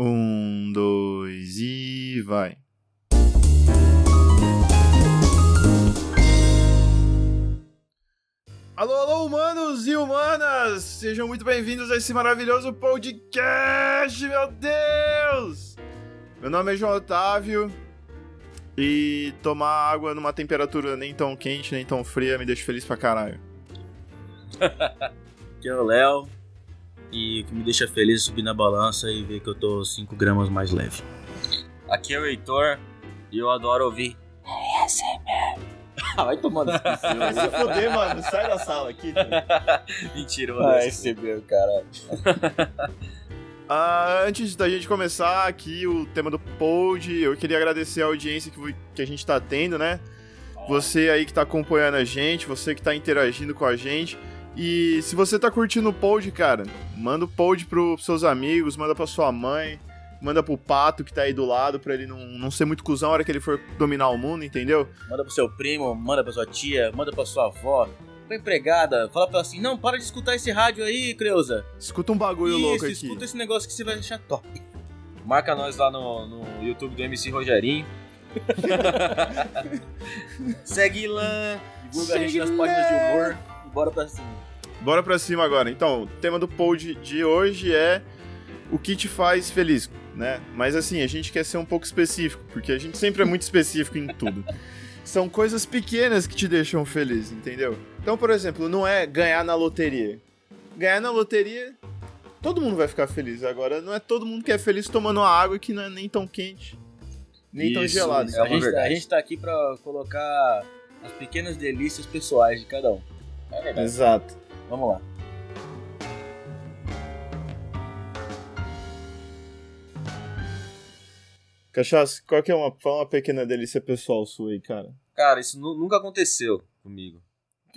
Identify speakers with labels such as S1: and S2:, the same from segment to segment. S1: Um, dois e vai. Alô, alô, humanos e humanas! Sejam muito bem-vindos a esse maravilhoso podcast, meu Deus! Meu nome é João Otávio e tomar água numa temperatura nem tão quente, nem tão fria me deixa feliz pra caralho.
S2: Aqui é o Léo. E o que me deixa feliz é subir na balança e ver que eu tô 5 gramas mais leve.
S3: Aqui é o Heitor e eu adoro ouvir.
S4: Ah, vai tomando esse
S5: Vai se foder, mano. Sai da sala aqui. velho.
S3: Mentiroso.
S4: Ah, esse meu, cara.
S1: Ah, antes da gente começar aqui o tema do pod, eu queria agradecer a audiência que, vo- que a gente tá tendo, né? Você aí que tá acompanhando a gente, você que tá interagindo com a gente. E se você tá curtindo o pod, cara, manda o pod pros seus amigos, manda pra sua mãe, manda pro pato que tá aí do lado, pra ele não, não ser muito cuzão na hora que ele for dominar o mundo, entendeu?
S2: Manda pro seu primo, manda pra sua tia, manda pra sua avó, pra empregada. Fala pra ela assim: não, para de escutar esse rádio aí, Creuza.
S1: Escuta um bagulho
S2: Isso,
S1: louco aqui.
S2: escuta esse negócio que você vai achar top.
S3: Marca nós lá no, no YouTube do MC Rogerinho.
S2: Segue lá, divulga a gente
S1: Segue
S2: nas páginas de
S1: lá.
S2: humor. E bora pra cima.
S1: Bora pra cima agora. Então, o tema do pod de hoje é o que te faz feliz, né? Mas assim, a gente quer ser um pouco específico, porque a gente sempre é muito específico em tudo. São coisas pequenas que te deixam feliz, entendeu? Então, por exemplo, não é ganhar na loteria. Ganhar na loteria, todo mundo vai ficar feliz. Agora, não é todo mundo que é feliz tomando uma água que não é nem tão quente, nem tão
S3: Isso,
S1: gelada.
S3: isso. É uma
S2: a, gente, tá-
S3: verdade.
S2: a gente tá aqui pra colocar as pequenas delícias pessoais de cada um.
S1: Exato.
S2: Vamos lá.
S1: Cachaça, qual que é uma, fala uma pequena delícia pessoal sua aí, cara?
S3: Cara, isso nu- nunca aconteceu comigo.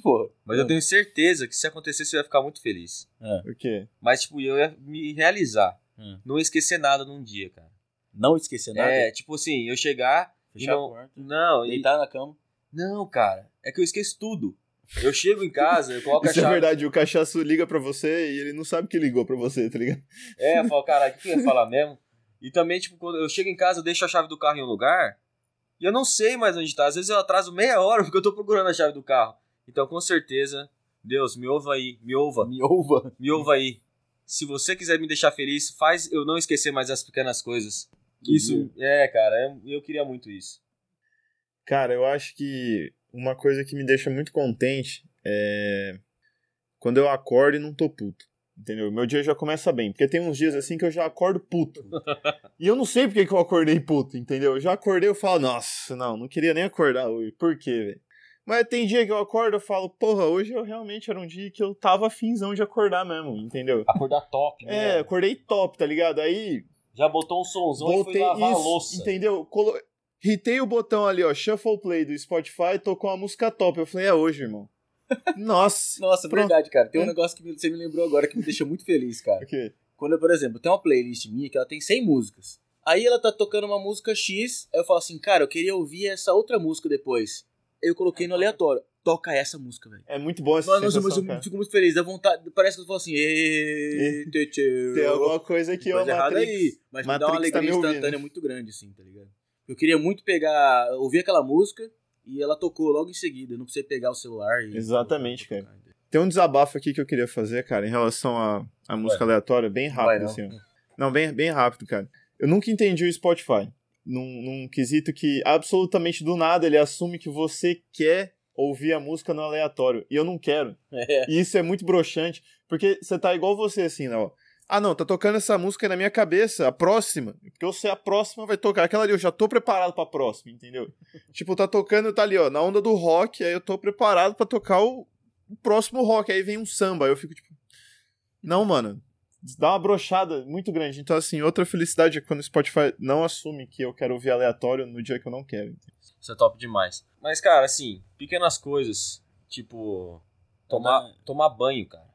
S2: Porra.
S3: Mas eu tenho certeza que se acontecer você vai ficar muito feliz.
S1: O quê?
S3: Mas, tipo, eu ia me realizar.
S2: Hum.
S3: Não esquecer nada num dia, cara.
S2: Não esquecer nada.
S3: É, tipo assim, eu chegar. e
S2: fechar
S3: não-
S2: a porta.
S3: Não, e-
S2: Deitar na cama.
S3: não, cara. É que eu esqueço tudo. Eu chego em casa, eu coloco a
S1: Isso é
S3: chave.
S1: verdade, o cachaço liga pra você e ele não sabe que ligou pra você, tá ligado?
S3: É, eu falo, caralho, o que eu ia falar mesmo? E também, tipo, quando eu chego em casa, eu deixo a chave do carro em um lugar e eu não sei mais onde tá. Às vezes eu atraso meia hora porque eu tô procurando a chave do carro. Então, com certeza, Deus, me ouva aí, me ouva,
S2: Me ouva.
S3: me ouva aí. Se você quiser me deixar feliz, faz eu não esquecer mais as pequenas coisas. Isso, é, cara, é- eu queria muito isso.
S1: Cara, eu acho que uma coisa que me deixa muito contente é quando eu acordo e não tô puto. Entendeu? Meu dia já começa bem, porque tem uns dias assim que eu já acordo puto. E eu não sei porque que eu acordei puto, entendeu? Eu já acordei eu falo, nossa, não, não queria nem acordar hoje. Por quê, velho? Mas tem dia que eu acordo eu falo, porra, hoje eu realmente era um dia que eu tava afinzão de acordar mesmo, entendeu?
S3: Ah,
S4: Acordar top,
S1: É,
S4: né?
S1: acordei top, tá ligado? Aí,
S4: Já botou um somzão e
S1: Botei
S4: foi lavar
S1: isso,
S4: a
S2: Então,
S4: louça.
S1: entendeu? Colo... Hitei o botão ali, ó, Shuffle Play do Spotify, tocou uma música top. Eu falei, é hoje, irmão. Nossa.
S2: Nossa,
S1: Pronto.
S2: verdade, cara. Tem um
S1: É.
S2: negócio que me- você me lembrou agora que me deixou muito feliz, cara.
S1: Ok.
S2: Quando, eu, por exemplo, tem uma playlist minha que ela tem 100 músicas. Aí ela tá tocando uma música X, aí eu falo assim, cara, eu queria ouvir essa outra música depois. Aí Eu coloquei no aleatório. Toca essa música, velho.
S1: É muito bom essa
S2: Mano, nossa,
S1: sensação,
S2: mas
S1: cara.
S2: eu fico muito feliz. Dá vontade. Parece que eu falo assim. "Ê, tê, tê,
S1: Tem alguma coisa aqui, ó,
S2: coisa errada
S1: Matrix.
S2: é aí. Mas me dá uma
S1: Matrix tá
S2: alegria
S1: me ouvindo.
S2: instantânea muito grande, assim, tá ligado? Eu queria muito pegar, ouvir aquela música e ela tocou logo em seguida. Eu não precisei pegar o celular. E
S1: Exatamente, cara. Tem um desabafo aqui que eu queria fazer, cara, em relação à, à música aleatória, bem
S2: Vai,
S1: rápido,
S2: não.
S1: assim. ó. Não, bem, bem rápido, cara. Eu nunca entendi o Spotify. Num, num quesito que absolutamente do nada ele assume que você quer ouvir a música no aleatório. E eu não quero.
S2: É.
S1: E isso é muito broxante, porque você tá igual você, assim, né? ó. Ah, não, tá tocando essa música na minha cabeça, a próxima. Porque eu sei a próxima vai tocar. Aquela ali, eu já tô preparado pra próxima, entendeu? tipo, tá tocando, tá ali, ó, na onda do rock, aí eu tô preparado pra tocar o, o próximo rock. Aí vem um samba, aí eu fico tipo. Não, mano. Dá uma brochada muito grande. Então, assim, outra felicidade é quando o Spotify não assume que eu quero ouvir aleatório no dia que eu não quero.
S3: Isso é top demais. Mas, cara, assim, pequenas coisas. Tipo, tomar, tomar banho, cara.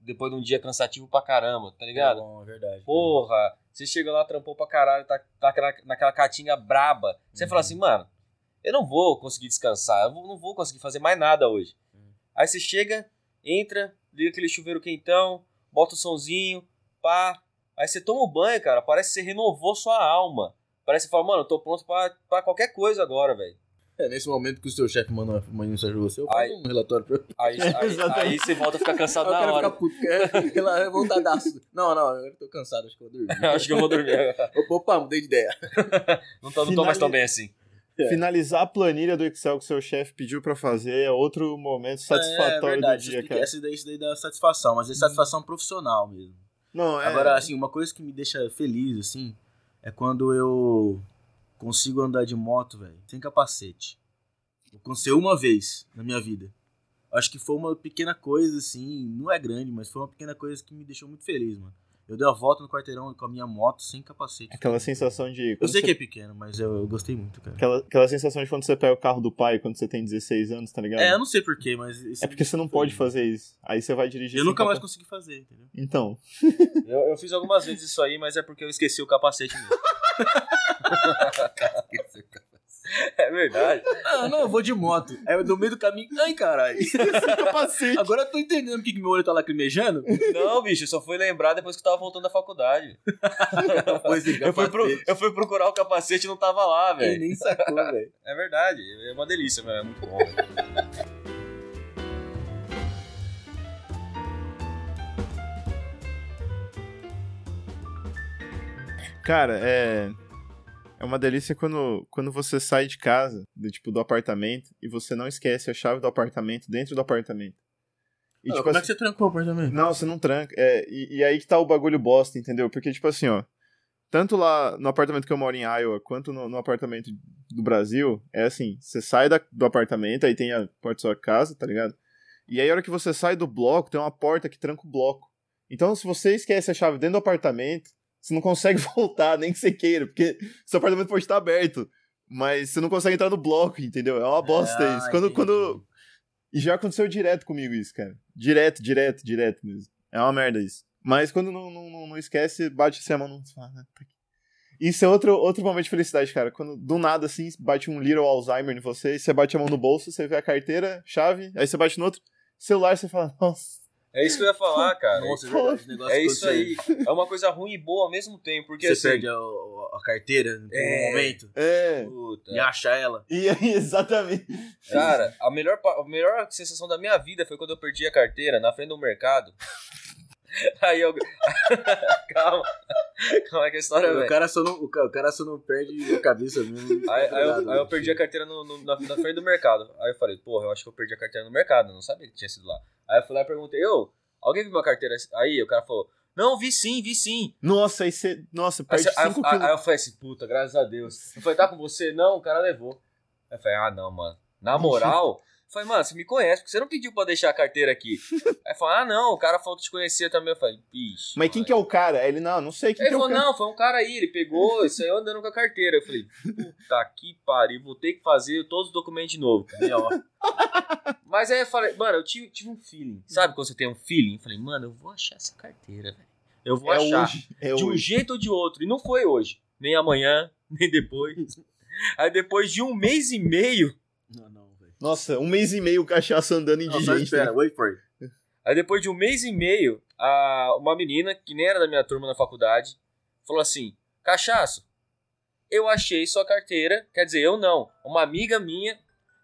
S3: Depois de um dia cansativo pra caramba, tá
S2: Tá
S3: ligado?
S2: bom, é verdade.
S3: Porra, você chega lá, trampou pra caralho, tá, tá aquela- naquela catinga braba. Você fala assim, mano, eu não vou conseguir descansar, eu vou- não vou conseguir fazer mais nada hoje. Aí você chega, entra, liga aquele chuveiro quentão, bota o sonzinho, pá, Aí você toma o banho, cara, parece que você renovou sua alma. Parece que você fala, mano, eu tô pronto pra, pra qualquer coisa agora, velho.
S2: É nesse momento que o seu chefe manda uma mensagem pra você, eu
S3: Ai.
S2: faço um relatório pra ele.
S3: Aí, aí, aí você volta a ficar cansado
S2: Aí o
S3: na
S2: cara
S3: hora.
S2: fica puto, é, ela é voltadaço. Não, não, eu tô cansado, acho que eu vou dormir.
S3: Acho que eu vou dormir agora.
S2: Opa, Opa, mudei de ideia.
S3: Não tô, não tô mais tão bem assim.
S2: É.
S1: Finalizar a planilha do Excel que seu chefe pediu pra fazer é outro momento satisfatório do dia,
S2: isso,
S1: cara.
S2: Essa daí, isso daí dá satisfação, mas é satisfação profissional mesmo.
S1: Não, é.
S2: Agora, assim, uma coisa que me deixa feliz, assim, é quando eu consigo andar de moto, velho, sem capacete. Aconteceu uma vez na minha vida. Acho que foi uma pequena coisa, assim, não é grande, mas foi uma pequena coisa que me deixou muito feliz, mano. Eu dei a volta no quarteirão com a minha moto sem capacete.
S1: Aquela sensação de.
S2: Eu
S1: quando
S2: sei
S1: você-
S2: que é pequeno, mas eu, eu gostei muito, cara.
S1: Aquela, aquela sensação de quando você pega o carro do pai quando você tem 16 anos, tá ligado?
S2: É, eu não sei porquê, mas. isso
S1: É porque você não pode fazer né? isso. Aí você vai dirigir.
S2: Eu
S1: sem
S2: nunca mais
S1: capa-
S2: consegui fazer, entendeu?
S1: Então.
S3: Eu, eu fiz algumas vezes isso aí, mas é porque eu esqueci o capacete mesmo. é verdade.
S2: Ah, não, eu vou de moto. Aí no meio do caminho. Ai, caralho.
S1: Capacete.
S2: Agora eu tô entendendo porque que meu olho tá lacrimejando.
S3: Não, bicho, eu só fui lembrar depois que eu tava voltando da faculdade.
S2: Pois
S3: Eu fui, pro- eu fui procurar o capacete e não tava lá, velho.
S2: nem sacou, velho.
S3: É verdade, é uma delícia, velho. É muito bom. velho.
S1: Cara, é. É uma delícia quando, quando você sai de casa, do tipo, do apartamento, e você não esquece a chave do apartamento dentro do apartamento. E, tipo,
S2: como é
S1: assim,
S2: que você trancou o apartamento?
S1: Não, você não tranca. É, e, e aí que tá o bagulho bosta, entendeu? Porque, tipo assim, ó. Tanto lá no apartamento que eu moro em Iowa, quanto no, no apartamento do Brasil, é assim: você sai da- do apartamento, aí tem a porta da sua casa, tá ligado? E aí, a hora que você sai do bloco, tem uma porta que tranca o bloco. Então, se você esquece a chave dentro do apartamento, você não consegue voltar, nem que você queira, porque seu apartamento pode estar aberto, mas você não consegue entrar no bloco, entendeu? É uma bosta
S2: Ah,
S1: isso. Quando,
S2: entendi.
S1: quando, e já aconteceu direto comigo isso, cara. Direto, direto, direto mesmo. É uma merda isso. Mas quando não, não, não, não esquece, bate assim a mão no. Ah, tá aqui. Isso é outro, outro momento de felicidade, cara. Quando do nada, assim, bate um little Alzheimer em você, e você bate a mão no bolso, você vê a carteira, chave, aí você bate no outro, celular, você fala, nossa.
S3: É isso que eu ia falar, cara.
S2: Nossa, é verdade, esse negócio
S3: É
S2: que
S3: isso
S2: você-
S3: aí. É uma coisa ruim e boa ao mesmo tempo. Porque
S2: Você
S3: assim.
S2: perde a, a- a carteira por
S3: É.
S2: um momento
S1: É.
S3: Puta.
S2: e acha ela.
S1: E aí, exatamente.
S3: Cara, a melhor, pa- a melhor sensação da minha vida foi quando eu perdi a carteira na frente do mercado. Aí eu. calma. Calma que a história
S2: o,
S3: velho.
S2: cara só não, o, ca- o cara só não perde a cabeça mesmo.
S3: Aí, aí eu, aí eu perdi a carteira no- no- na, na frente do mercado. Aí eu falei, porra, eu acho que eu perdi a carteira no mercado. Eu não sabia que tinha sido lá. Aí eu fui lá e perguntei, ô, alguém viu minha carteira? Aí o cara falou, não, vi sim, vi sim.
S1: Nossa, aí você. Nossa,
S3: Aí,
S1: perde
S3: você- aí-
S1: 5
S3: aí-
S1: quilos.
S3: aí eu falei assim, puta, graças a Deus. Eu falei, tá com você? Não, o cara levou. Aí eu falei, ah, não, mano. Na moral, eu falei, mano, você me conhece, porque você não pediu pra deixar a carteira aqui. Aí falou, ah, não, o cara falou que te conhecia também. Eu falei, bicho.
S1: Mas quem
S3: mano."
S1: que é o cara? Ele, não, não sei quem
S3: Ele
S1: que é o
S3: falou,
S1: cara.
S3: não, foi um cara aí, ele pegou e saiu andando com a carteira. Eu falei, puta que pariu, vou ter que fazer todos os documentos de novo. Aí, ó. Mas aí eu falei, mano, eu tive, tive um feeling. Sabe quando você tem um feeling? Eu falei, mano, eu vou achar essa carteira, velho. Eu vou
S1: É
S3: achar
S1: hoje. É
S3: de um
S1: hoje.
S3: jeito ou de outro. E não foi hoje. Nem amanhã, nem depois. Aí depois de um mês e meio.
S2: Não, não, velho.
S1: Nossa, um mês e meio cachaça andando
S2: Não, só
S1: indigente. né?
S2: espera, wait for it.
S3: Aí depois de um mês e meio, a, uma menina, que nem era da minha turma na faculdade, falou assim: Cachaço, eu achei sua carteira. Quer dizer, eu não. Uma amiga minha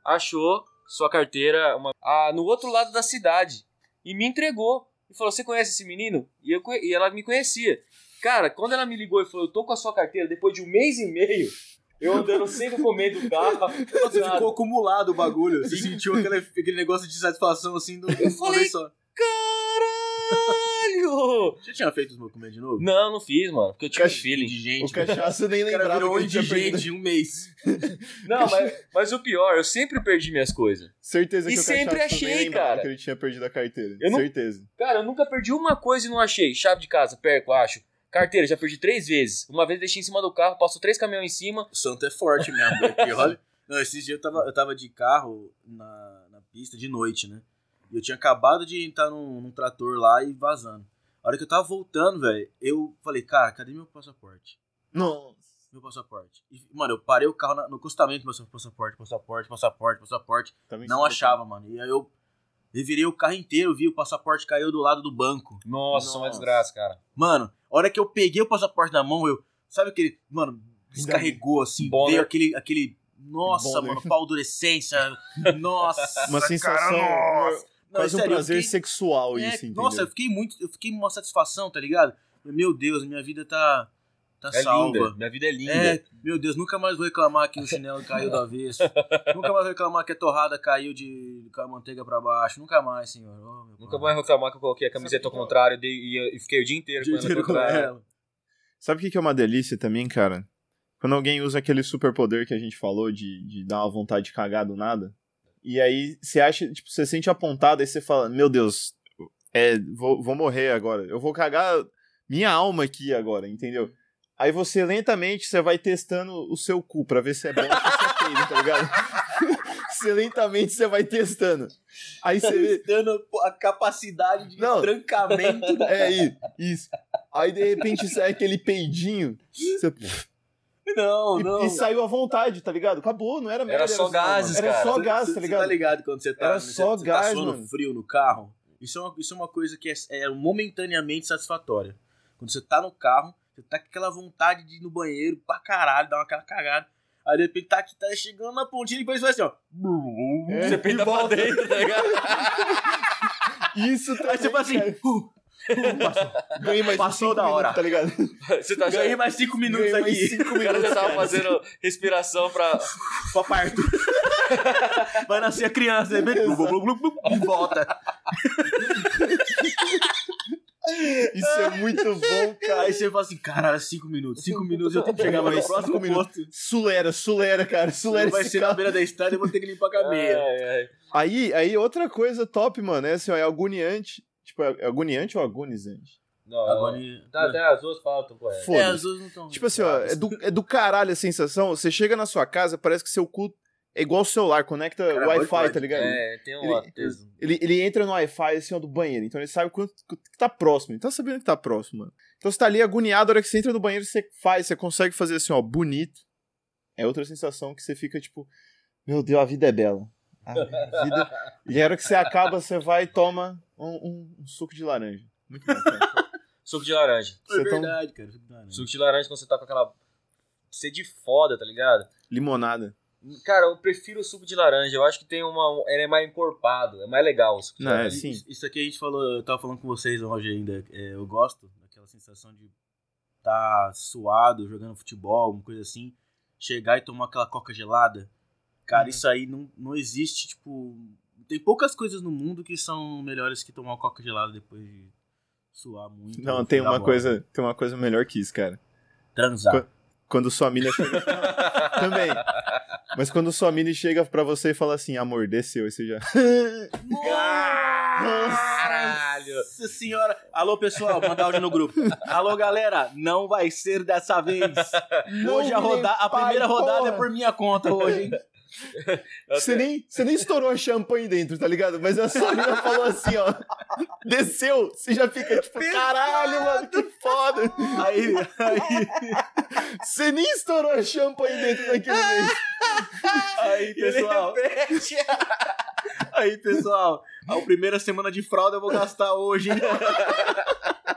S3: achou sua carteira uma- ah, no outro lado da cidade. E me entregou. E falou: Você conhece esse menino? E, eu, conhe- e ela me conhecia. Cara, quando ela me ligou e falou: Eu tô com a sua carteira, depois de um mês e meio. Eu andando sem documento do carro.
S2: Você
S3: nada.
S2: ficou acumulado o bagulho. Você sentiu aquele, aquele negócio de satisfação assim do eu
S3: falei-
S2: só.
S3: Caralho!
S2: Você tinha feito os documentos de novo?
S3: Não, não fiz, mano. Porque eu tinha um
S1: Cachimbo
S3: feeling.
S2: De gente. né?
S1: O cachaça nem
S2: O cara
S1: lembrava
S2: virou
S1: que ele tinha perdido.
S2: indigente em um mês.
S3: Não, mas, mas o pior, eu sempre perdi minhas coisas.
S1: Certeza
S3: E
S1: que
S3: sempre
S1: o Cachaça também
S3: achei,
S1: lembrava
S3: cara.
S1: que ele tinha perdido a carteira.
S3: Eu não-
S1: Certeza.
S3: Cara, eu nunca perdi uma coisa e não achei. Chave de casa, perco, acho. Carteira, já perdi três vezes. Uma vez deixei em cima do carro, passou três caminhões em cima.
S2: O santo é forte mesmo, aqui, olha. Não, esses dias eu tava, eu tava de carro na, na pista de noite, né? E eu tinha acabado de entrar num, num trator lá e vazando. A hora que eu tava voltando, velho, eu falei, cara, cadê meu passaporte?
S1: Não.
S2: Meu passaporte. E, mano, eu parei o carro na- no acostamento, meu passaporte, passaporte, passaporte, passaporte. Não achava, mano. E aí eu Revirei o carro inteiro, vi o passaporte caiu do lado do banco.
S3: Nossa, uma
S1: Nossa.
S3: desgraça, cara.
S2: Mano, a hora que eu peguei o passaporte na mão, eu. Sabe aquele. Mano, descarregou assim,
S3: Bonner.
S1: né?
S2: veio aquele. aquele nossa,
S1: Bonner.
S2: mano, paldurecência. Nossa,
S1: né? Uma sensação.
S2: cara, nossa. Não,
S1: Quase um
S2: sério, eu
S1: prazer
S2: fiquei-
S1: sexual
S2: é,
S1: isso, entendeu?
S2: Nossa, eu fiquei muito. Eu fiquei numa satisfação, tá ligado? Meu Deus, minha vida tá. tá
S3: É
S2: salva.
S3: linda. Minha vida é linda.
S2: É, meu Deus, nunca mais vou reclamar que o chinelo caiu do avesso. nunca mais vou reclamar que a torrada caiu de com a manteiga pra baixo. Nunca mais, senhor. Oh, meu
S3: Nunca
S2: pai.
S3: mais reclamar que eu coloquei a camiseta ao contrário dei- e, e fiquei o dia inteiro com ela ao
S2: Dinheiro com
S3: contrário.
S2: ela.
S1: Sabe o que que é uma delícia também, cara? Quando alguém usa aquele superpoder que a gente falou de, de dar uma vontade de cagar do nada. E aí você acha, tipo, você sente apontado, aí você fala, meu Deus, é, vou, vou morrer agora. Eu vou cagar minha alma aqui agora, entendeu? Aí você lentamente, você vai testando o seu cu pra ver se é bom ou se é feio, tá ligado? você lentamente, você vai testando. Aí você vê,
S2: Dando a capacidade de
S1: Não.
S2: trancamento da.
S1: é aí, isso. Aí de repente sai aquele peidinho, você
S2: Não,
S1: E-
S2: não.
S1: E, saiu à vontade, tá ligado? Acabou, não era merda.
S3: só gases,
S1: Era
S3: cara.
S1: só gás, tá
S2: Você tá
S1: ligado?
S2: ligado quando você tá,
S1: Era
S2: você-
S1: só
S2: você
S1: gás,
S2: tá suando
S1: mano.
S2: frio no carro? Isso é uma, isso é uma coisa que é, é momentaneamente satisfatória. Quando você tá no carro, você tá com aquela vontade de ir no banheiro pra caralho, dar uma aquela cagada. Aí de repente tá, aqui, tá chegando na pontinha e depois vai assim, ó.
S1: É,
S3: Você peida
S1: e
S3: pra
S1: volta.
S3: dentro, tá ligado?
S1: Isso também,
S2: Aí você fala assim,
S1: cara.
S2: uh,
S1: Ganhei mais
S2: passou
S1: cinco
S2: da hora.
S1: minutos, tá ligado?
S3: Você tá
S2: ganhei
S3: achando...
S2: mais cinco minutos
S1: Ganhei mais
S2: aqui.
S1: cinco
S3: O cara
S1: minutos,
S3: já tava
S1: cara.
S3: fazendo respiração pra...
S2: Pra parto. vai nascer a criança, né? de repente, blu, blu, blu, blu, e volta.
S1: Isso é muito bom, cara.
S2: Aí você fala assim, caralho, cinco minutos, cinco minutos, eu tenho que chegar mais
S1: Mais
S2: no próximo
S1: cinco minutos.
S2: minutos.
S1: Sulera, sulera, cara. Sulera
S2: vai
S1: esse
S2: ser na
S1: carro.
S2: beira da estrada e eu vou ter que limpar a cabeça.
S3: Ai, ai.
S1: Aí, aí, outra coisa top, mano. É assim, ó, é agoniante. Tipo, é agoniante ou agonizante?
S3: Não,
S2: Agora,
S3: Tá, até as duas palavras estão corretas.
S2: é,
S1: Foda-se.
S2: as duas não estão.
S1: Tipo assim, ó, é do, é do caralho a sensação. Você chega na sua casa, parece que seu cu é igual o celular, conecta
S2: Cara,
S1: Wi-Fi,
S2: pode-
S1: tá ligado?
S3: É, tem um
S1: Ele-
S3: latezo.
S1: Ele, ele entra no Wi-Fi assim, ó, do banheiro. Então ele sabe quanto quanto que tá próximo. Ele tá sabendo que tá próximo, mano. Então você tá ali agoniado, a hora que você entra no banheiro, você faz, você consegue fazer assim, ó, bonito. É outra sensação que você fica tipo, meu Deus, a vida é bela. A vida... e a hora que você acaba, você vai e toma um, um- um suco de laranja. Muito bom, cara.
S3: Suco de laranja.
S2: É
S1: Você toma
S2: verdade, cara. verdade.
S3: Suco de laranja quando você tá com aquela sede foda, tá ligado?
S1: limonada.
S3: Cara, eu prefiro o suco de laranja. Eu acho que tem uma... Ele é mais encorpado. É mais legal o suco de
S2: Né?
S1: Não, é
S3: laranja.
S1: assim.
S2: Isso- Isso aqui a gente falou, eu tava falando com vocês hoje ainda. é, eu gosto daquela sensação de tá suado, jogando futebol, alguma coisa assim. Chegar e tomar aquela coca gelada.
S1: Uhum.
S2: Cara, isso aí não, não existe, tipo. Tem poucas coisas no mundo que são melhores que tomar uma coca gelada depois de suar muito. tá
S1: Não, tem
S2: dar
S1: uma
S2: bola.
S1: coisa, tem uma coisa melhor que isso, cara.
S2: Transar.
S1: Quando sua mina chega. Também. Mas quando sua mina chega pra você e fala assim, amor, desceu, aí você já.
S3: Caralho!
S2: Nossa senhora! Alô, pessoal, mandar áudio no grupo. Alô, galera, não vai ser dessa vez. hoje a,
S1: Não,
S2: roda... a
S1: pai,
S2: primeira rodada
S1: porra.
S2: é por minha conta hoje, hein?
S1: Você nem, você nem estourou a champanhe dentro, tá ligado? Mas a sua mina falou assim, ó. Desceu, você já fica tipo, caralho, mano, que foda.
S2: Aí, aí,
S1: Você nem estourou a champanhe dentro daquele mês.
S2: aí, pessoal. Aí, pessoal, a primeira semana de fralda eu vou gastar hoje, hein?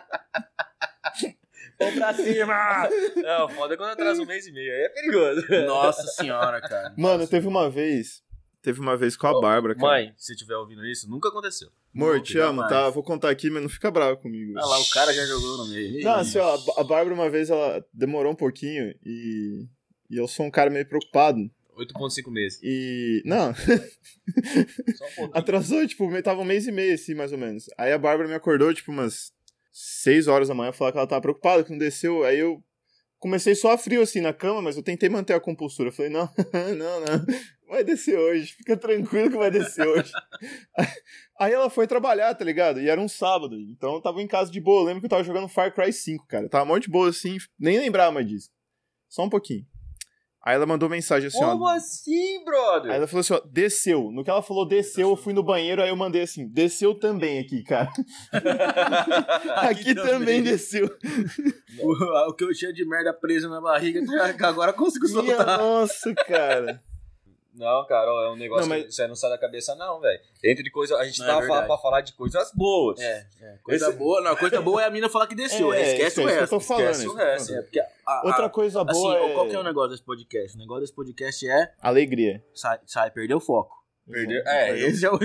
S2: Vamos pra cima!
S3: Não, foda é quando atrasa um mês e meio. Aí é perigoso.
S2: Nossa senhora, cara.
S1: Mano, teve um- uma vez, teve uma vez com a
S3: Ô,
S1: Bárbara, cara.
S3: Mãe, se tiver ouvindo isso, nunca aconteceu.
S1: Amor, te
S2: Não,
S1: amo,
S2: jamais.
S1: tá? Eu Vou contar aqui, mas não fica bravo comigo.
S2: Olha Ah lá, o cara já jogou no meio.
S1: Não, assim, ó, a Bárbara uma vez, ela demorou um pouquinho e... E eu sou um cara meio preocupado.
S3: 8.5 meses.
S1: E... Não,
S3: Só um pouquinho.
S1: Atrasou, tipo, me- tava um mês e meio, assim, mais ou menos. Aí a Bárbara me acordou, tipo, umas 6 horas da manhã, falar que ela tava preocupada, que não desceu. Aí eu comecei só a frio, assim, na cama, mas eu tentei manter a compostura. Eu falei, não, não, não, vai descer hoje, fica tranquilo que vai descer hoje. Aí ela foi trabalhar, tá ligado? E era um sábado, então eu tava em casa de boa. Eu lembro que eu tava jogando Far Cry 5, cara. Eu tava mó de boa, assim, nem lembrava mais disso. Só um pouquinho. Aí ela mandou mensagem assim, ó.
S3: Como assim,
S1: Aí
S3: brother?
S1: ela falou assim, ó, desceu. No que ela falou desceu, eu fui no banheiro, aí eu mandei assim, desceu também aqui, cara. aqui também desceu.
S2: O, o que eu tinha de merda preso na barriga, tá- agora eu consigo
S1: Minha
S2: soltar.
S1: nossa, cara.
S3: Não, cara, ó, é um negócio
S1: Não, mas-
S3: que você não sai da cabeça, não, velho. Entre coisa. A gente
S2: Não,
S3: tava
S2: é
S3: falando
S2: verdade.
S3: pra falar de coisas boas.
S2: É, é. Coisa
S1: Esse-
S2: boa. Não, coisa boa é a mina falar que desceu.
S1: É,
S2: né?
S1: isso
S2: esquece
S1: é isso que
S2: o resto.
S1: eu tô falando,
S2: esquece o
S1: isso.
S2: resto. É, porque a- a-
S1: Outra coisa
S2: assim,
S1: boa é...
S2: qual que é o negócio desse podcast? O negócio desse podcast é
S1: Alegria.
S2: sai, sai perder o foco.
S3: Perdeu. É,
S2: esse é o,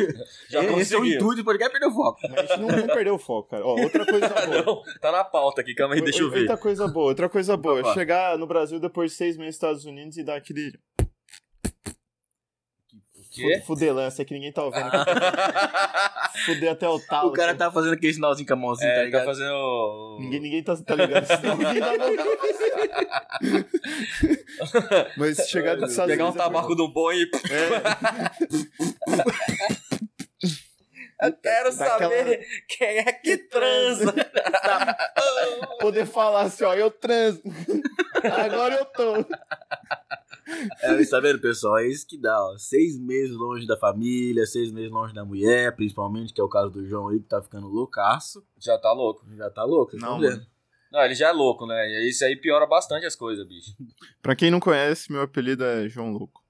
S3: já
S2: esse é o
S3: conseguiu.
S2: intuito do podcast, é perder o foco.
S1: Mas a gente não, não perdeu o foco, cara. Ó, outra coisa boa.
S3: Não, tá na pauta aqui, calma aí, deixa eu ver.
S1: Outra coisa boa, outra coisa boa.
S3: Opa.
S1: Chegar no Brasil depois de seis meses nos Estados Unidos e dar aquele
S3: O quê? Ah.
S1: fu- fudelância que ninguém tá ouvindo. Fuder até o assim. tal.
S2: O cara tá fazendo aquele sinalzinho com a mãozinha, tá
S3: É, tá
S2: ligado?
S3: fazendo. o-
S1: Ninguém, ninguém tá, tá ligado. senão ninguém dá nada. Mas chegar nos Estados
S3: Pegar um
S1: Unidos é
S3: tabaco do bom e. Eu quero
S1: Dá aquela-
S3: saber quem é que transa.
S1: poder falar assim, ó, eu transo. Agora eu tô.
S2: É, mas tá vendo, pessoal? É isso que dá, ó. Seis meses longe da família, seis meses longe da mulher, principalmente, que é o caso do João aí, que tá ficando loucaço.
S3: Já tá louco.
S2: Já tá louco, vocês
S1: Não,
S2: tão vendo?
S3: Não, ele já é louco, né? E isso aí piora bastante as coisas, bicho.
S1: Pra quem não conhece, meu apelido é João Louco.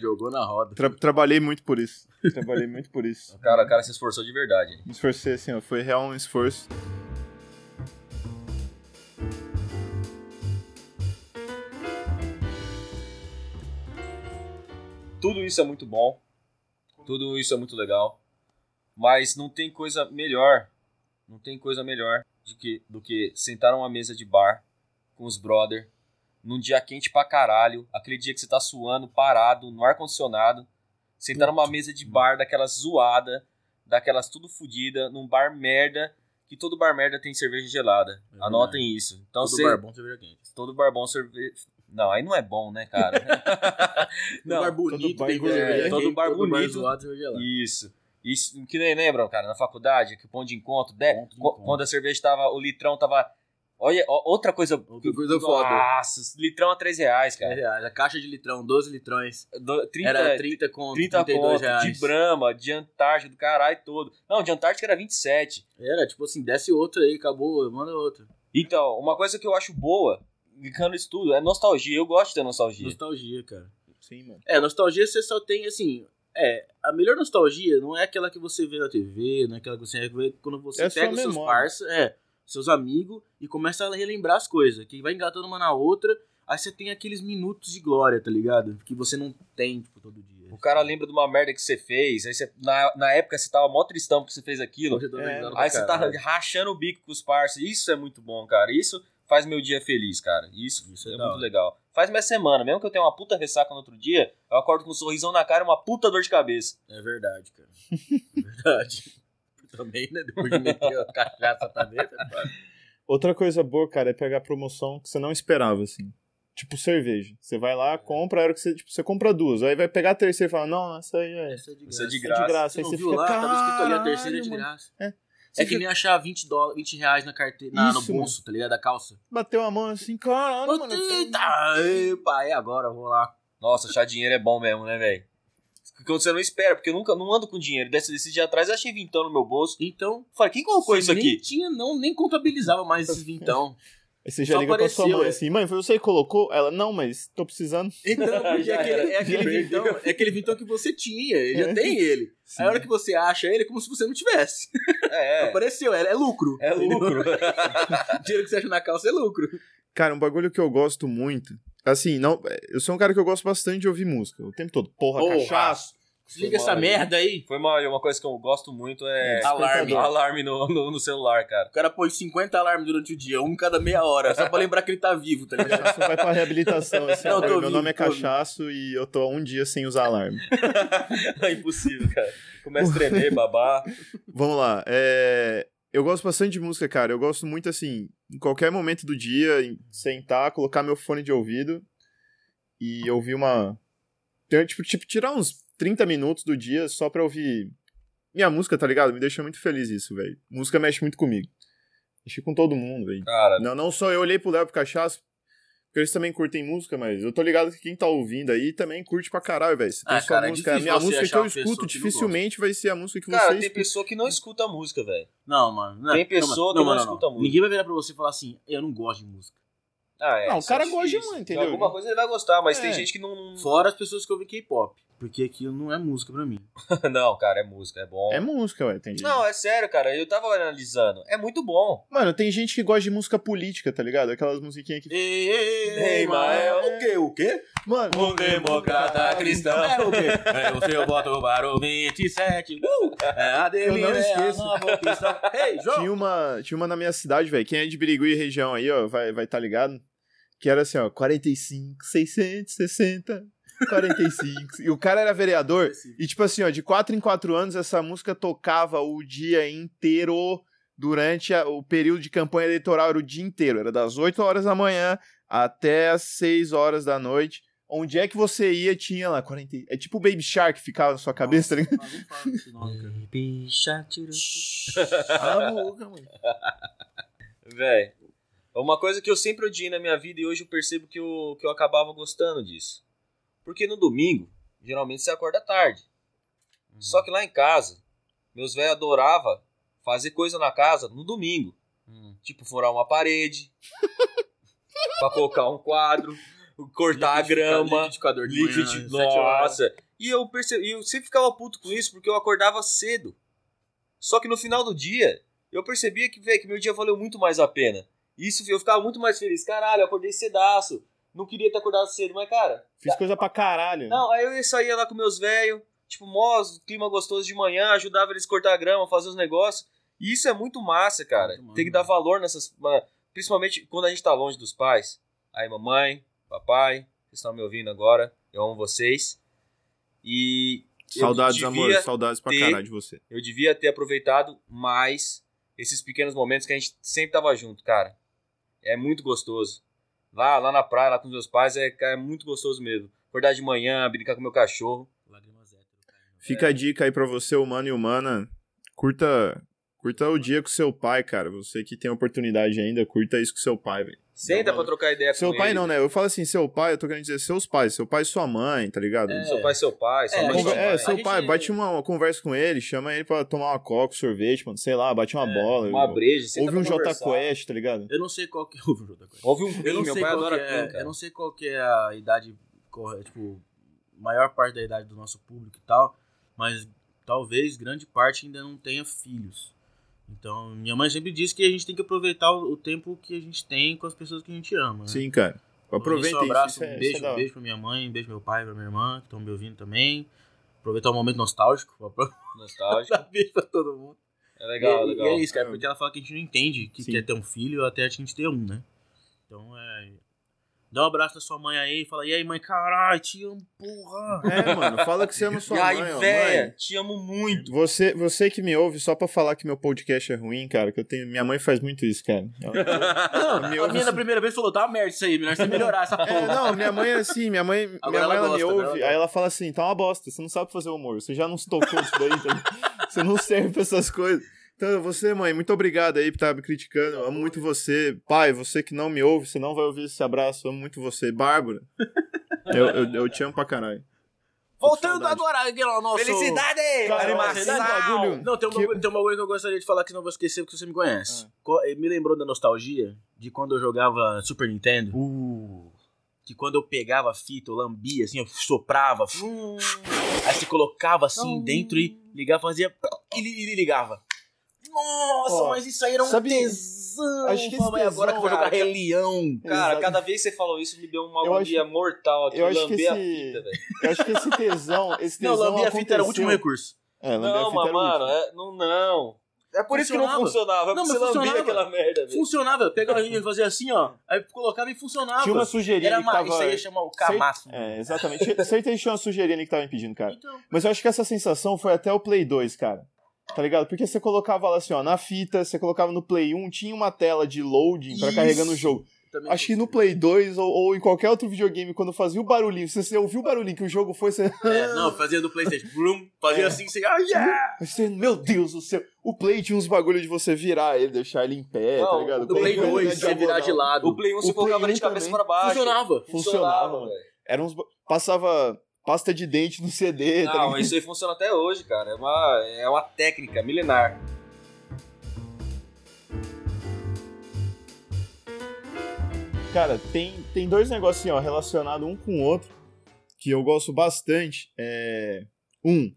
S2: Jogou na roda.
S1: Tra- trabalhei muito por isso. Trabalhei muito por isso.
S3: O cara, o cara se esforçou de verdade.
S1: Me esforcei assim, ó. Foi real um esforço.
S3: Tudo isso é muito bom. Tudo isso é muito legal. Mas não tem coisa melhor. Não tem coisa melhor do que, do que sentar numa mesa de bar com os brother. Num dia quente pra caralho. Aquele dia que você tá suando, parado, no ar-condicionado. Sentar numa mesa de bar daquelas zoada, daquelas tudo fodida, num bar merda. Que todo bar merda tem cerveja gelada.
S2: É verdade.
S3: Anotem isso. Então
S2: Todo
S3: você.
S2: barbão cerveja quente.
S3: Todo barbão cerveja. Não, aí não é bom, né, cara?
S2: Todo bar
S3: não,
S2: bonito,
S1: bar
S2: tem
S1: gourmet,
S2: cerveja quente,
S3: todo bar bonito.
S2: zoado, cerveja gelada.
S3: isso. Isso, que nem lembram, cara, na faculdade, que o ponto de encontro, de-
S2: Ponto de
S3: qu-
S2: encontro.
S3: quando a cerveja tava, o litrão tava. Olha, ó, outra coisa.
S2: Outra coisa foda.
S3: Nossa, litrão a 3 reais,
S2: R$ 10
S3: cara.
S2: reais. A É caixa de litrão, 12 litrões.
S3: Do- 30,
S2: É. era 30 com
S3: 30
S2: 32
S3: pontos
S2: reais.
S3: de brama, de Antártica, do caralho todo. Não, de Antártica era 27.
S2: Era, tipo assim, desce outra aí, acabou, manda outra.
S3: Então, uma coisa que eu acho boa, brincando isso tudo, é nostalgia. Eu gosto da nostalgia.
S2: Nostalgia, cara.
S1: Sim, mano.
S2: É, nostalgia você só tem, assim. É, a melhor nostalgia não é aquela que você vê na TV, não é aquela que você vê quando você
S1: É a sua
S2: pega os seus
S1: memória.
S2: parceiros, é, seus amigos e começa a relembrar as coisas, que vai engatando uma na outra, aí você tem aqueles minutos de glória, tá ligado? Que você não tem, tipo, todo dia.
S3: O cara lembra de uma merda que você fez, aí você, na, na época você tava mó tristão porque você fez aquilo,
S2: Hoje eu tô
S1: É.
S2: lembrando pra
S3: aí você tá
S2: caralho.
S3: rachando o bico com os parceiros. Isso é muito bom, cara. Isso faz meu dia feliz, cara. Isso,
S2: Isso é
S3: é,
S2: da
S3: muito
S2: hora.
S3: legal. Faz minha semana, mesmo que eu tenha uma puta ressaca no outro dia, eu acordo com um sorrisão na cara e uma puta dor de cabeça.
S2: É verdade, cara. É verdade. Também, né? Depois de meter a cachaça pra dentro, é foda.
S1: Outra coisa boa, cara, é pegar promoção que você não esperava, assim. Tipo cerveja. Você vai lá, compra, a hora que você, tipo, você compra duas. Aí vai pegar a terceira e fala, não, essa aí é,
S2: Isso é de
S3: Isso é
S2: graça.
S3: de
S1: é de
S3: graça.
S1: graça.
S2: Você
S1: Aí
S2: não
S1: você
S2: viu
S1: fica,
S2: lá, tava escrito ali a terceira é de
S1: "Caralho, mano."
S2: graça.
S1: Você
S2: É que
S1: fica-
S2: nem achar 20, dólares, 20 reais na carteira, na- no
S1: Isso,
S2: bolso, tá ligado? Da calça.
S1: bateu a mão assim, caralho, mano. eu tenho-
S2: Eita, epa, é agora, vou lá.
S3: Nossa, achar dinheiro é bom mesmo, né, velho? Quando você não espera, porque eu nunca não ando com dinheiro. Desse, desse dia atrás eu achei vintão no meu bolso.
S2: Então,
S3: Falei, quem colocou
S2: você
S3: isso
S2: nem
S3: aqui?
S2: tinha, não, nem contabilizava mais esses vintão.
S1: Aí você já
S2: Só
S1: liga pra
S2: apareceu,
S1: sua mãe
S2: é.
S1: assim, mãe, foi você que colocou? Ela, não, mas tô precisando.
S2: Então, porque é
S3: Já
S2: aquele,
S3: era.
S2: é, aquele vintão, é aquele vintão que você tinha, ele já tem ele. Aí A hora que você acha ele, é como se você não tivesse.
S3: É, é.
S2: Apareceu, é, é lucro.
S3: É
S2: entendeu?
S3: lucro.
S2: O dinheiro que você acha na calça é lucro.
S1: Cara, um bagulho que eu gosto muito. Assim, não, eu sou um cara que eu gosto bastante de ouvir música. O tempo todo. Porra,
S2: Porra.
S1: cachaço.
S2: Desliga essa merda aí.
S3: Foi mal, e uma coisa que eu gosto muito é.
S2: tá
S1: É, despertador.
S3: Alarme no, no, no celular, cara.
S2: O cara põe 50 alarmes durante o dia, um cada meia hora, só pra lembrar que ele tá vivo, tá ligado?
S1: Cachaço vai pra reabilitação. Assim,
S2: Não,
S1: ó,
S2: tô
S1: meu
S2: vivo,
S1: nome é
S2: tô vivo.
S1: cachaço e eu tô há um dia sem usar alarme.
S3: É impossível, cara. Começa a tremer, babar.
S1: Vamos lá. é, Eu gosto bastante de música, cara. Eu gosto muito, assim, em qualquer momento do dia, em- sentar, colocar meu fone de ouvido e ouvir uma. ter- Tipo, tipo, tirar uns 30 minutos do dia só pra ouvir minha música, tá ligado? Me deixa muito feliz isso, velho. Música mexe muito comigo. Mexe com todo mundo, velho.
S3: Cara,
S1: Não, não só eu olhei pro Léo pro Cachaço, porque eles também curtem música, mas eu tô ligado que quem tá ouvindo aí também curte pra caralho, velho. Você tem
S2: Ah,
S1: sua
S2: cara, é
S1: música. a
S2: difícil
S1: minha
S2: você
S1: música que
S2: achar
S1: eu
S2: uma pessoa que
S1: escuto
S2: não
S1: dificilmente vai ser a música que
S3: cara
S1: você
S3: tem
S1: escuta.
S3: pessoa que não escuta a música, velho.
S2: Não, mano. Não,
S3: Tem
S2: não,
S3: pessoa
S2: mano,
S3: que não escuta música.
S2: Ninguém vai virar pra você e falar assim, eu não gosto de música.
S3: Ah, é,
S1: Não, o
S3: isso
S1: cara
S3: é
S1: gosta de
S3: difícil.
S1: mãe, entendeu?
S3: Alguma coisa ele vai gostar, mas
S1: É.
S3: tem gente que não. não-
S2: Fora as pessoas que ouvem K-pop. Porque aquilo não é música pra mim.
S3: Não, cara, é música, é bom.
S1: É música, ué. Tem gente...
S3: Não, é sério, cara. Eu tava analisando. É muito bom.
S1: Mano, tem gente que gosta de música política, tá ligado? Aquelas musiquinhas que.
S2: Ei, ei,
S3: Ei, mas-
S2: O quê? O quê?
S1: Mano,
S2: Um democrata cristão. É o quê? É o seu voto para o 27. Uh! É a dele,
S1: Eu não
S2: é
S1: esqueço.
S2: a nova opção. é- Ei, João!
S1: Tinha uma, tinha uma na minha cidade, velho. Quem é de Birigui e região aí, ó, vai vai tá ligado. Que era assim, ó, 45, 660, 45. e o cara era vereador. E tipo assim, ó, de 4 em 4 anos essa música tocava o dia inteiro durante a- o período de campanha eleitoral, era o dia inteiro. Era das 8 horas da manhã até as 6 horas da noite. Onde é que você ia, tinha lá 40. e- É tipo o Baby Shark ficava na sua cabeça, tá ligado?
S2: Não, não fala desse nome, cara.
S3: Véi. É Uma coisa que eu sempre odiei na minha vida e hoje eu percebo que eu, que eu acabava gostando disso. Porque no domingo, geralmente você acorda tarde. Só que lá em casa, meus velhos adoravam fazer coisa na casa no domingo. Tipo, furar uma parede, pra colocar um quadro, cortar a grama.
S2: Liquidificador de
S3: Líquido,
S2: manhã,
S3: de-
S2: sete horas.
S3: nossa. E eu percebi, eu sempre ficava puto com isso porque eu acordava cedo. Só que no final do dia, eu percebia que, véi, que meu dia valeu muito mais a pena. Isso eu ficava muito mais feliz. Caralho, eu acordei cedaço. Não queria ter acordado cedo, mas cara.
S1: Fiz coisa pra caralho.
S3: Não, aí eu ia- saía lá com meus velhos, tipo, mó clima gostoso de manhã, ajudava eles a cortar a grama, fazer os negócios. E isso é muito massa, cara.
S2: Muito
S3: Tem que
S2: massa.
S3: dar valor nessas. ma- Principalmente quando a gente tá longe dos pais. Aí, mamãe, papai, vocês estão me ouvindo agora. Eu amo vocês. E
S1: Saudades,
S3: Eu
S1: amor.
S3: devia
S1: Saudades pra
S3: ter-
S1: caralho de você.
S3: eu devia ter aproveitado mais esses pequenos momentos que a gente sempre tava junto, cara. É muito gostoso. Lá, lá na praia, lá com os meus pais, é, é muito gostoso mesmo. Acordar de manhã, brincar com meu cachorro.
S2: Lágrimas hétero, cara.
S1: Fica a dica aí pra você, humano e humana. Curta, curta o dia com seu pai, cara. Você que tem a oportunidade ainda, curta isso com seu pai, velho.
S3: Senta
S1: valor.
S3: pra trocar ideia
S2: É
S3: com
S1: Seu pai
S3: ele.
S1: não, né? Eu falo assim, seu pai, eu tô querendo dizer seus pais, seu pai e sua mãe, tá ligado?
S2: É,
S3: Seu pai, seu pai, sua
S2: É,
S3: mãe,
S2: a gente-
S1: Conver-
S3: sua
S1: é,
S3: mãe.
S1: seu
S2: gente-
S1: pai, bate uma, uma conversa com ele, chama ele pra tomar uma coca, um sorvete, mano, sei lá, bate uma
S2: É,
S1: bola.
S3: Uma
S1: eu-
S3: breja, senta
S1: Ouve um
S3: pra
S1: J
S3: conversar.
S1: Quest, tá ligado?
S2: Eu não sei qual que é o Bruno da coisa.
S3: Ouve um
S2: Eu
S3: crime,
S2: não,
S3: meu
S2: sei
S3: pai
S2: qual que
S3: adora crime,
S2: é,
S3: cara.
S2: eu não sei qual que é a idade, corre- tipo, maior parte da idade do nosso público e tal, mas talvez grande parte ainda não tenha filhos. Então, minha mãe sempre diz que a gente tem que aproveitar o, o tempo que a gente tem com as pessoas que a gente ama. né?
S1: Sim, cara.
S2: Então,
S1: Aproveita
S2: isso, um
S1: isso.
S2: abraço,
S1: isso é-
S2: um
S1: isso
S2: beijo,
S1: é da
S2: um
S1: hora.
S2: beijo pra minha mãe, um beijo pra meu pai, pra minha irmã, que estão me ouvindo também. Aproveitar o momento nostálgico, pra
S3: Nostálgico.
S2: dar beijo pra todo mundo.
S3: É legal, é
S2: e,
S3: legal.
S2: e é isso, cara, porque ela fala que a gente não entende que
S1: Sim.
S2: quer ter um filho até a gente ter um, né? Então é. Dá um abraço na sua mãe aí e fala, e aí, mãe, caralho, te amo, porra!
S1: É, mano, fala que você ama sua
S3: e aí,
S1: mãe, ó.
S3: véia,
S1: Mãe,
S3: te amo muito.
S1: Você, você que me ouve só pra falar que meu podcast é ruim, cara, que eu tenho. Minha mãe faz muito isso, cara.
S2: Não,
S1: Me
S2: a
S1: ouve
S2: minha
S1: assim.
S2: da primeira vez falou, tá uma merda isso aí, melhor você melhorar essa porra.
S1: É, não, minha mãe é assim, minha mãe, minha mãe
S2: Agora
S1: ela,
S2: ela
S1: me
S2: gosta, agora
S1: ouve,
S2: ela
S1: aí ela fala assim, tá uma bosta, você não sabe fazer humor, você já não se tocou isso daí, tá ligado? você não serve pra essas coisas. Então, você, mãe, muito obrigado aí por estar me criticando, eu amo muito você. Pai, você que não me ouve, você não vai ouvir esse abraço, eu amo muito você. Bárbara, eu, eu, eu te amo pra caralho.
S2: Voltando
S1: saudade.
S2: agora aqui ao nosso...
S3: Felicidade!
S1: tem um
S3: é Animação!
S1: bagulho-
S2: Não, tem um,
S1: Que-
S2: bagulho, tem um bagulho que eu gostaria de falar que não vou esquecer porque você me conhece.
S1: Ah.
S2: Co- eh, Me lembrou da nostalgia de quando eu jogava Super Nintendo.
S1: Uh.
S2: Que quando eu pegava a fita, eu lambia assim, eu soprava.
S1: Uh.
S2: Aí você colocava assim dentro e ligava, fazia. E, li- e ligava. Nossa,
S1: Ó,
S2: mas isso aí era um
S1: sabe-
S2: tesão.
S1: acho que esse
S2: papai, agora que eu vou
S1: tesão,
S2: jogar Rei Leão.
S3: Cara,
S1: Exato.
S3: cada vez que você falou isso, me deu uma
S1: Eu
S3: agonia mortal aqui.
S1: Eu acho, que
S3: lamber a
S1: esse,
S3: fita, velho.
S1: eu acho que esse tesão, esse
S2: Não,
S1: tesão
S2: lambia a fita era
S1: aconteceu-
S2: o último recurso.
S1: É, lambia a
S3: Não,
S1: fita
S3: mas,
S1: era o
S3: mano,
S1: último.
S3: é- não, não. É por isso que não funcionava. É
S2: Não,
S3: porque você
S2: mas
S3: lambia
S2: funcionava.
S3: aquela merda, velho.
S2: Funcionava, pegava e fazia assim, ó. Aí colocava e funcionava.
S1: Tinha uma sujeirinha
S2: Era
S1: que
S2: ma...
S1: tava...
S2: Isso aí ia chamar o Camaço.
S1: É, exatamente. Certeza que tinha uma sujeirinha ali que tava impedindo, cara.
S2: Então,
S1: Mas eu acho que essa sensação foi até o Play 2, cara. Tá ligado? Porque você colocava lá assim, ó, na fita, você colocava no Play 1, tinha uma tela de loading pra
S2: Isso.
S1: carregar no jogo.
S2: também
S1: Acho que no Play 2 ou, ou em qualquer outro videogame, quando fazia o barulhinho, se você ouviu o barulhinho que o jogo foi, você.
S2: É, não, fazia do Playstation. Vroom,
S1: É.
S2: fazia assim, assim, ah, yeah!
S1: Aí você, Meu Deus do céu! O Play tinha uns bagulho de você virar ele, deixar ele em pé, tá
S3: Não,
S1: ligado?
S3: o
S2: Do Play
S1: Quando ele
S2: 2,
S1: era
S2: você virar de
S1: diagonal.
S2: lado.
S3: O Play 1 você
S1: Play
S3: colocava ele
S1: 1
S3: de cabeça
S1: também.
S3: pra baixo.
S2: Funcionava.
S1: Funcionava, mano.
S3: velho.
S1: Era uns. ba- Passava pasta de dente no CD, tá ligado?
S3: Não, isso aí funciona até hoje, cara. É uma, é uma técnica milenar.
S1: Cara, tem, tem dois negocinhos, ó, relacionados um com o outro, que eu gosto bastante. É... Um,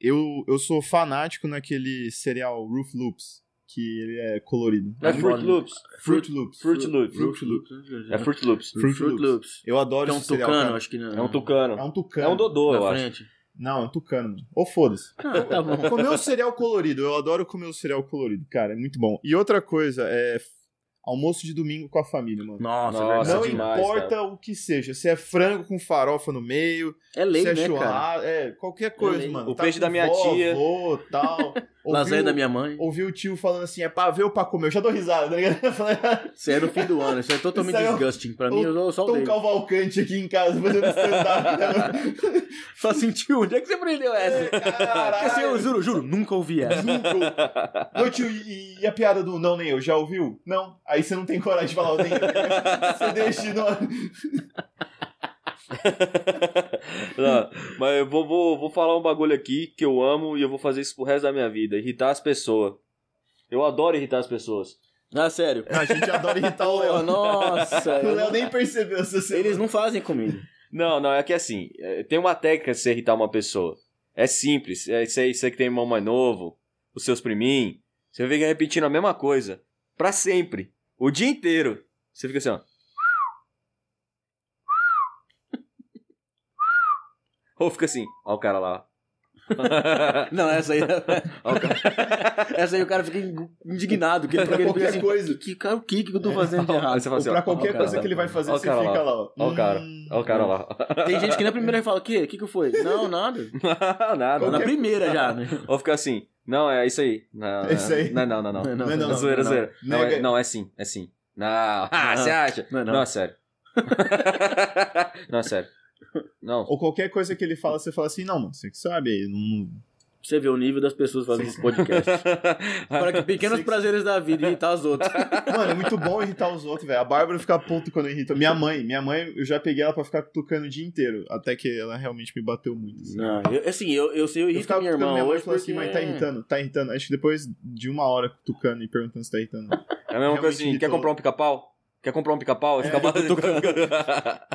S1: eu, eu sou fanático naquele cereal Roof Loops, que ele é colorido.
S4: Não é Fruit Loops.
S1: Fruit Loops.
S4: Fruit Loops.
S1: Fruit Loops.
S4: É Fruit Loops.
S1: Fruit Loops. Eu adoro
S2: É né? um
S1: esse cereal,
S2: tucano,
S1: cara.
S2: acho que não.
S4: É um tucano.
S1: É um tucano.
S4: É um dodô,
S2: Na
S4: eu acho.
S2: frente.
S1: Não, é um tucano, mano. Ô, foda-se.
S2: Ah, tá bom.
S1: Comer o cereal colorido. Eu adoro comer o cereal colorido, cara. É muito bom. E outra coisa, é f- almoço de domingo com a família, mano.
S2: Nossa,
S4: Nossa,
S2: verdade.
S1: Não
S4: demais,
S1: importa o que seja. Se é frango com farofa no meio,
S2: É lei,
S1: se é
S2: né, cara?
S1: churrasco, é, qualquer coisa,
S2: lei.
S1: mano. Tá
S3: O peixe
S1: com
S3: da minha
S1: vó,
S3: tia.
S1: avô, tal.
S2: Lasanha
S1: Ouviu-
S2: é da minha mãe.
S1: Ouvi o tio falando assim, é pra ver ou pra comer? Eu já dou risada, tá ligado?
S2: Isso é no fim do ano. Isso é totalmente
S1: Isso aí é um-
S2: disgusting. Pra mim, eu sou só o
S1: Tô um
S2: dele.
S1: cavalcante aqui em casa fazendo stand-up.
S2: Só sentiu. Onde é que você aprendeu essa?
S1: né? Caralho.
S2: Assim, eu juro, juro, nunca ouvi essa.
S1: Nunca. Ô tio, e, e a piada do não nem eu, já ouviu? Não. Aí você não tem coragem de falar o nem eu. Você deixa no...
S3: Não, mas eu vou, vou, vou falar um bagulho aqui que eu amo e eu vou fazer isso pro resto da minha vida. Irritar as pessoas. Eu adoro irritar as pessoas.
S2: Ah, sério.
S1: A gente adora irritar o
S2: Pô,
S1: Léo.
S2: Nossa.
S1: O Léo nem percebeu essa cena.
S2: Eles não fazem comigo.
S3: Não, não, é que assim, é, tem uma técnica de você irritar uma pessoa. É simples. É você, você que tem irmão mais novo, os seus priminhos. Você fica repetindo a mesma coisa. Pra sempre. O dia inteiro. Você fica assim, ó. Ou fica assim, ó o cara lá.
S2: Não, essa aí.
S3: ó o cara.
S2: Essa aí o cara fica indignado. Que ele, porque ele fica
S1: Qualquer
S2: assim,
S1: coisa.
S2: que, cara, o que que eu tô fazendo de errado?
S3: Aí você fala
S1: Ou
S3: assim, ó,
S1: pra
S3: ó
S1: qualquer
S3: o cara
S1: coisa
S3: lá.
S1: que ele vai fazer,
S3: Ó o
S1: você
S3: cara
S1: fica
S3: lá.
S1: lá, ó. Hum.
S3: Ó o cara. Ó o cara lá.
S2: Tem gente que na primeira fala, o quê? O que que foi? Não, nada.
S3: Nada.
S2: Tá Na primeira já, né?
S3: Ou ficar assim, não, é isso aí. Não,
S1: É isso aí.
S3: Não, não, não, não.
S2: Não, não,
S1: Não, não,
S3: É zoeira,
S2: não.
S3: zoeira. Não,
S1: Nega.
S3: é, não, é sim, é sim. Não, ah,
S2: Não.
S3: você acha?
S2: Não, não.
S3: é sério. não, é sério. Não.
S1: Ou qualquer coisa que ele fala, você fala assim, não, mano, você que sabe. aí, Não...
S2: Você vê o nível das pessoas fazendo esse podcast. Para que pequenos
S1: Sim.
S2: prazeres da vida irritar os outros.
S1: Mano, é muito bom irritar os outros, velho. A Bárbara fica puta quando irrita. Minha mãe, minha mãe, eu já peguei ela pra ficar tocando o dia inteiro. Até que ela realmente me bateu muito. assim.
S2: Não, eu, assim, eu, eu sei, eu
S1: Eu
S2: irrito
S1: ficava
S2: minha
S1: cutucando
S2: irmã
S1: minha mãe e
S2: hoje
S1: falava assim, mãe, tá irritando, tá irritando. Acho que depois de uma hora cutucando e perguntando se tá irritando.
S3: É a mesma coisa assim,
S1: Realmente
S3: quer comprar um pica-pau? Quer comprar um pica-pau? Fica batendo.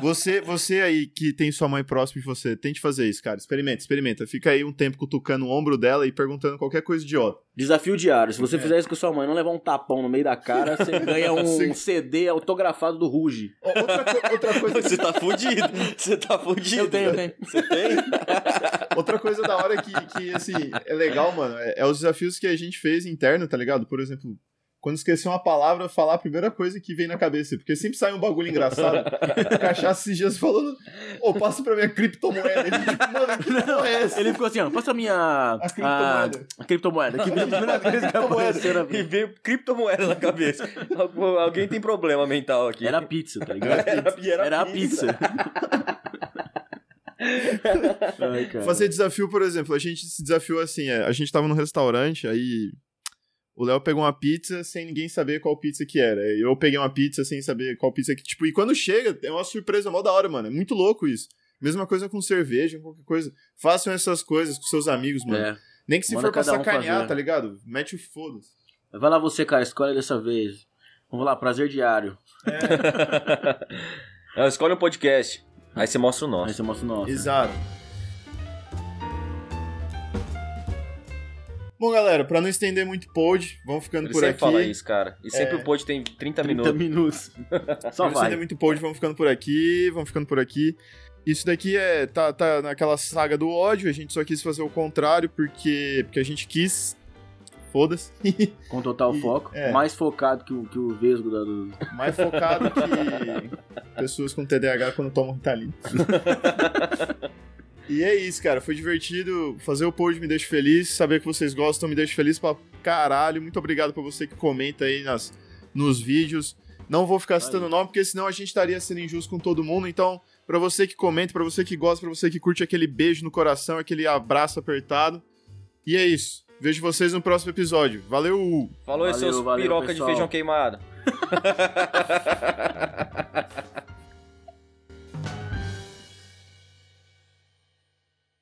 S1: Você, você aí que tem sua mãe próxima de você, tente fazer isso, cara. Experimenta, experimenta. Fica aí um tempo cutucando o ombro dela e perguntando qualquer coisa idiota.
S2: Desafio diário.
S1: É.
S2: Se você fizer isso com sua mãe, não levar um tapão no meio da cara, você ganha
S1: Sim.
S2: um CD autografado do Ruge.
S1: Ó, Outra, co- outra coisa
S3: Você tá fudido. Você tá fudido.
S2: Eu tenho, eu tenho.
S3: Você tem?
S1: Outra coisa da hora que, que assim, é legal, mano, é, é os desafios que a gente fez interno, tá ligado? Por exemplo, quando esquecer uma palavra, falar a primeira coisa que vem na cabeça, porque sempre sai um bagulho engraçado. O cachaça esses dias falando, ô, passa pra minha criptomoeda. Ele, tipo, mano, que porra é essa?
S2: Ele ficou assim, ó, passa a minha...
S1: A criptomoeda.
S2: A, a criptomoeda. Que foi a primeira coisa que
S1: é
S2: apareceu na vida.
S3: E veio criptomoeda na cabeça. Algu- Alguém tem problema mental aqui.
S2: Era a pizza, tá ligado?
S3: Era- e
S2: Era a pizza. Ai, cara.
S1: Fazer desafio, por exemplo, a gente se desafiou assim, é, a gente tava num restaurante, aí o Léo pegou uma pizza sem ninguém saber qual pizza que era. Eu peguei uma pizza sem saber qual pizza que, tipo, e quando chega, é uma surpresa mó da hora, mano. É muito louco isso. Mesma coisa com cerveja, com qualquer coisa. Façam essas coisas com seus amigos, mano.
S2: É.
S1: Nem que se
S2: Manda
S1: for pra
S2: cada um
S1: sacanear,
S2: fazer.
S1: tá ligado? Mete o foda-se.
S2: Vai lá você, cara, escolhe dessa vez. Vamos lá, prazer diário.
S3: Não, Escolhe um podcast. Aí você mostra o
S2: Aí
S3: nosso.
S2: você mostra o nosso.
S1: Exato. Bom, galera, pra não estender muito o pod, vamos ficando
S3: Ele
S1: por
S3: sempre
S1: aqui.
S3: fala isso, cara. E sempre o pod tem 30,
S2: 30
S3: é minutos.
S2: minutos.
S1: Só
S2: Só vai.
S1: muito pod, vamos ficando por aqui, vamos ficando por aqui. Isso daqui é tá, tá naquela saga do ódio, a gente só quis fazer o contrário porque porque a gente quis. Foda-se.
S2: Com total
S1: E-
S2: foco.
S1: é.
S2: Mais focado que o, que o Vesgo da do.
S1: Mais focado que pessoas com TDAH quando tomam Ritalin. e é isso, cara. Foi divertido. Fazer o pod me deixa feliz. Saber que vocês gostam me deixa feliz pra caralho. Muito obrigado pra você que comenta aí nas, nos vídeos. Não vou ficar citando o nome, porque senão a gente estaria sendo injusto com todo mundo. Então, pra você que comenta, pra você que gosta, pra você que curte aquele beijo no coração, aquele abraço apertado. E é isso. Vejo vocês no próximo episódio. Valeu!
S3: Falou,
S2: Valeu,
S3: seus
S2: valeu,
S3: piroca de
S2: pessoal.
S3: feijão queimado.